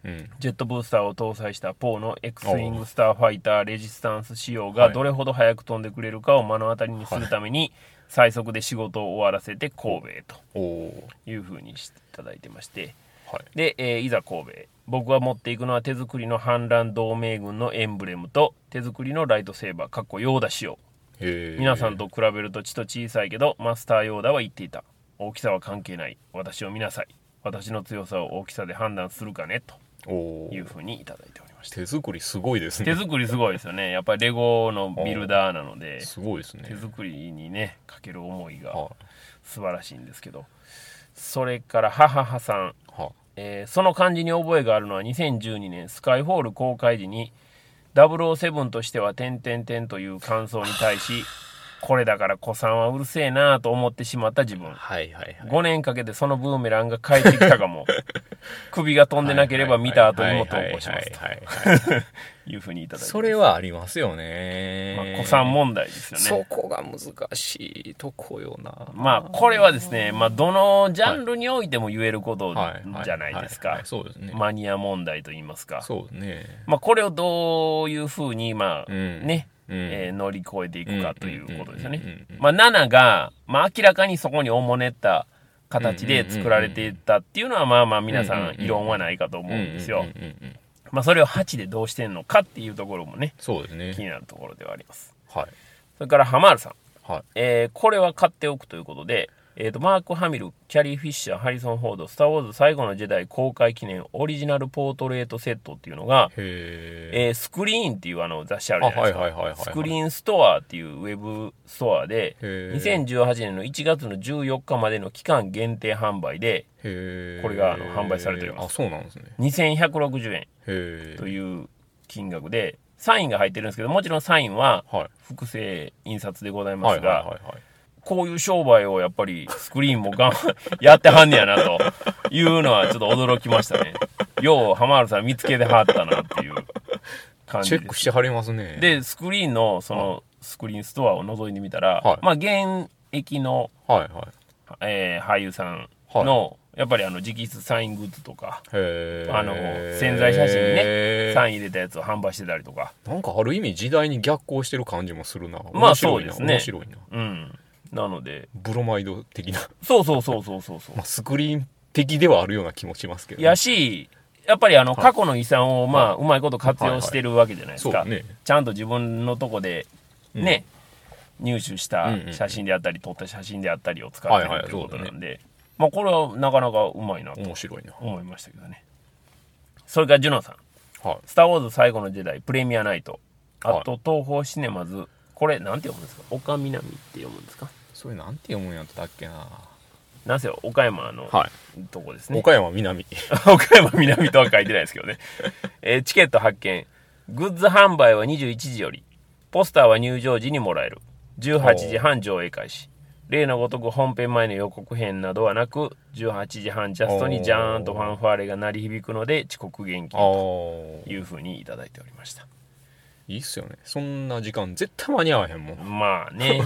Speaker 2: うん。
Speaker 1: ジェットブースターを搭載したポーの X ウィングスターファイターレジスタンス仕様が
Speaker 2: はい
Speaker 1: どれほど速く飛んでくれるかを目の当たりにするために最速で仕事を終わらせて神戸へと
Speaker 2: おお
Speaker 1: いうふうにしていただいてまして
Speaker 2: はい。
Speaker 1: で、えーいざ神戸へ僕が持っていくのは手作りの反乱同盟軍のエンブレムと手作りのライトセーバーかっこヨーダ仕様
Speaker 2: へえ。
Speaker 1: 皆さん。と比べるとちと小さいけどマスターヨーダは言っていた大きさは関係ない私を見なさい私の強さを大きさで判断するかねと
Speaker 2: おお
Speaker 1: いうふうにいただいておりました
Speaker 2: 手作りすごいです
Speaker 1: 手
Speaker 2: ね。
Speaker 1: 作りすごいですよねやっぱりレゴのビルダーなのです
Speaker 2: ごいですね。
Speaker 1: 手作りにねかける思いが
Speaker 2: は
Speaker 1: 素晴らしいんですけどそれから母はさん
Speaker 2: い。は
Speaker 1: えーその漢字に覚えがあるのは2012年スカイホール公開時に007としては「点々点」という感想に対
Speaker 2: *sighs*
Speaker 1: しこれだから子さんはうるせえなあと思ってしまった自分
Speaker 2: はいはいはい。
Speaker 1: 5年かけてそのブーメランが帰ってきたか
Speaker 2: *laughs*
Speaker 1: も首が飛んでなければ見た後にも投稿します
Speaker 2: はいはいはいはい
Speaker 1: というふうにいただいてます
Speaker 2: *laughs* それはありますよね。
Speaker 1: まあ、子さん問題ですよね
Speaker 2: そこが難しいとこよな。
Speaker 1: まあこれはですね、まあ、どのジャンルにおいても言えること
Speaker 2: はいは
Speaker 1: じゃないです
Speaker 2: は
Speaker 1: か
Speaker 2: はそうですね。
Speaker 1: マニア問題と言いますか
Speaker 2: そうね。
Speaker 1: まあ、これをどういうふうに、まあ、
Speaker 2: うん
Speaker 1: ね、
Speaker 2: うん
Speaker 1: えー乗り越えていくかということですよ
Speaker 2: うんう
Speaker 1: ね
Speaker 2: んうんうんう。ん
Speaker 1: まあ、7が、まあ、明らかにそこにおもねった形
Speaker 2: うん
Speaker 1: で
Speaker 2: うんうんうん
Speaker 1: 作られていったっていうのは、まあまあ、皆
Speaker 2: うんうん
Speaker 1: さ
Speaker 2: うんんうん
Speaker 1: 異論はないかと思うんですよ
Speaker 2: うん。うんうんうん
Speaker 1: まあ、それを8でどうしてんのかっていうところもね、
Speaker 2: そうです
Speaker 1: 気
Speaker 2: ね。
Speaker 1: になるところではあります。
Speaker 2: はい。
Speaker 1: それから、ハマールさん。
Speaker 2: はい。
Speaker 1: えーこれは買っておくということで、えーと、マーク・ハミル、キャリー・フィッシャー、ハリソン・フォード、スター・ウォーズ最後の時代公開記念オリジナルポートレートセットっていうのが、
Speaker 2: へえ。
Speaker 1: えースクリーンっていうあの雑誌あ
Speaker 2: あ、
Speaker 1: るじゃない
Speaker 2: は
Speaker 1: で
Speaker 2: い
Speaker 1: す
Speaker 2: はいはいはいはい。
Speaker 1: か。スクリ
Speaker 2: ン。
Speaker 1: ーンストアっていうウェブストアで、
Speaker 2: へー
Speaker 1: 2018年の1月の14日までの期間限定販売で、
Speaker 2: へえ。
Speaker 1: これがあの販売されております
Speaker 2: あ、そうなんですね。
Speaker 1: 2160円
Speaker 2: へ
Speaker 1: と
Speaker 2: え。
Speaker 1: いう金額で、サインが入ってるんですけど、もちろんサインは
Speaker 2: はい。
Speaker 1: 複製印刷でございま
Speaker 2: はいはい
Speaker 1: す
Speaker 2: は
Speaker 1: が、
Speaker 2: いはい。
Speaker 1: こういう商売をやっぱりスクリーンもがん *laughs* やってはんねやなというのはちょっと驚きましたね。よう浜原さん見つけてはったなっていう感じで
Speaker 2: チェ
Speaker 1: す
Speaker 2: ックしてはりますね。、
Speaker 1: でスクリーンのそのスクリーンストアを覗いてみたら、
Speaker 2: はい
Speaker 1: まあ現役の、
Speaker 2: はいはい。
Speaker 1: えー俳優さんの、やっぱりあの直筆サイングッズとか
Speaker 2: へえ。
Speaker 1: あの宣材写真に
Speaker 2: ね
Speaker 1: サイン入れたやつを販売してたりとか
Speaker 2: なんかある意味時代に逆行してる感じもするな。
Speaker 1: まあ
Speaker 2: 面白いな
Speaker 1: そうですね
Speaker 2: 面白いな。
Speaker 1: うんなので
Speaker 2: ブロマイド的な、
Speaker 1: そうそうそうそうそうそう
Speaker 2: まあ、スクリーン的ではあるような気もしますけど、
Speaker 1: やしやっぱりあの過去の遺産をまあ、うまいこと活用してるわけじゃないです
Speaker 2: そう
Speaker 1: か、
Speaker 2: ね。
Speaker 1: ちゃんと自分のとこでね、入手した
Speaker 2: うんうんうん
Speaker 1: 写真であったり撮った写真であったりを使っ
Speaker 2: は
Speaker 1: て
Speaker 2: いはい
Speaker 1: るということなんで、まあこれはなかなかうまいなと
Speaker 2: 面白いな。
Speaker 1: 思いましたけどねそれからジュノさん、
Speaker 2: はい
Speaker 1: スター・ウォーズ最後の時代、プレミアナイト。
Speaker 2: はい
Speaker 1: あと、東宝シネマズ。これ、なんて読むんですか岡南って読むんですか
Speaker 2: それなんて読むんやったっけな
Speaker 1: なんせ岡山の、
Speaker 2: は
Speaker 1: とこです
Speaker 2: い
Speaker 1: ね。
Speaker 2: 岡山南
Speaker 1: *laughs* 岡山南とは書いてないですけどね、えーチケット発券グッズ販売は21時よりポスターは入場時にもらえる18時半上映開始例のごとく本編前の予告編などはなく18時半ジャストにジャーンとファンファーレが鳴り響くので遅刻厳禁
Speaker 2: あ
Speaker 1: と
Speaker 2: あ
Speaker 1: いうふうにいただいておりました
Speaker 2: いいっすよねそんな時間絶対間に合わへんもん、
Speaker 1: まあね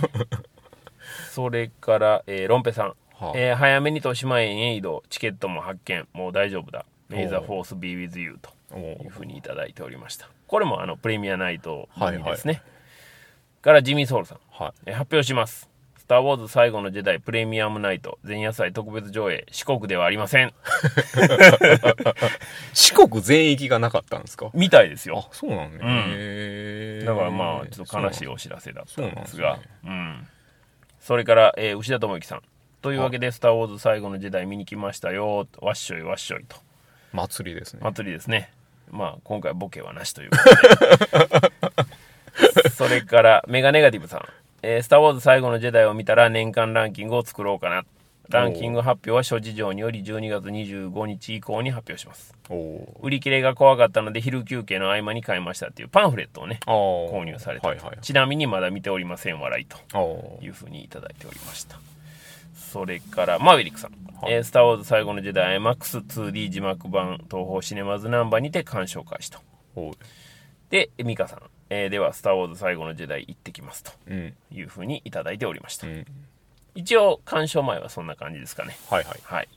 Speaker 1: それから、えーロンペさん
Speaker 2: はあ
Speaker 1: えー早めに豊島園へ移動チケットも発見もう大丈夫だメイザーフォースビー with you と
Speaker 2: おー
Speaker 1: いうふうにいただいておりましたこれもあのプレミアナイト
Speaker 2: はいは
Speaker 1: に
Speaker 2: い
Speaker 1: ですね、からジミー・ソウルさん、
Speaker 2: は
Speaker 1: えー発表します「スター・ウォーズ最後のジェダイプレミアムナイト前夜祭特別上映四国ではありません
Speaker 2: い、四国全域がなかったんですか」
Speaker 1: みたいですよ
Speaker 2: あそうなんね、
Speaker 1: ん
Speaker 2: へー
Speaker 1: だからまあちょっと悲しいお知らせだったんですが
Speaker 2: そうなんで
Speaker 1: うんそれから、えー牛田智之さんというわけで「スター・ウォーズ最後のジェダイ見に来ましたよわっしょいわっしょい」と
Speaker 2: 祭りですね
Speaker 1: 祭りですねまあ今回ボケはなしということ
Speaker 2: *laughs*
Speaker 1: でそれからメガネガティブさん「えースター・ウォーズ最後のジェダイ」を見たら年間ランキングを作ろうかなランキング発表は諸事情により12月25日以降に発表します
Speaker 2: おお
Speaker 1: 売り切れが怖かったので昼休憩の合間に買いましたっていうパンフレットをね
Speaker 2: あー
Speaker 1: 購入された
Speaker 2: はいはい
Speaker 1: ちなみにまだ見ておりません笑いと
Speaker 2: あー
Speaker 1: いうふうにいただいておりましたそれからマーヴェリックさん「えースター・ウォーズ最後の時代 IMAX2D 字幕版東宝シネマズナンバーにて鑑賞開始と
Speaker 2: おー
Speaker 1: で美香さん、えーでは「スター・ウォーズ最後の時代行ってきますと
Speaker 2: うん
Speaker 1: いうふうにいただいておりました、
Speaker 2: うん
Speaker 1: 一応鑑賞前はそんな感じですかね
Speaker 2: はいはい
Speaker 1: はい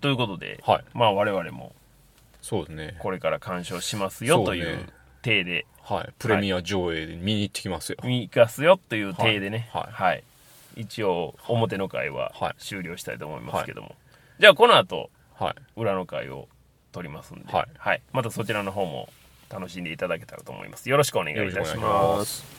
Speaker 1: ということで、
Speaker 2: はい
Speaker 1: まあ我々も
Speaker 2: そうですね
Speaker 1: これから鑑賞しますよ
Speaker 2: そ
Speaker 1: と
Speaker 2: うね
Speaker 1: いう体で
Speaker 2: はいプレミア上映で見に行ってきますよ、
Speaker 1: 見かすよという体でね、
Speaker 2: は
Speaker 1: はいい
Speaker 2: はい
Speaker 1: 一応表の会は
Speaker 2: はい
Speaker 1: 終了したいと思いますけども、じゃあこの後
Speaker 2: はい
Speaker 1: 裏の会を取りますんで、
Speaker 2: はい
Speaker 1: またそちらの方も楽しんでいただけたらと思いますよろしくお願いいたし
Speaker 2: よろしくお願いし
Speaker 1: ま
Speaker 2: ますす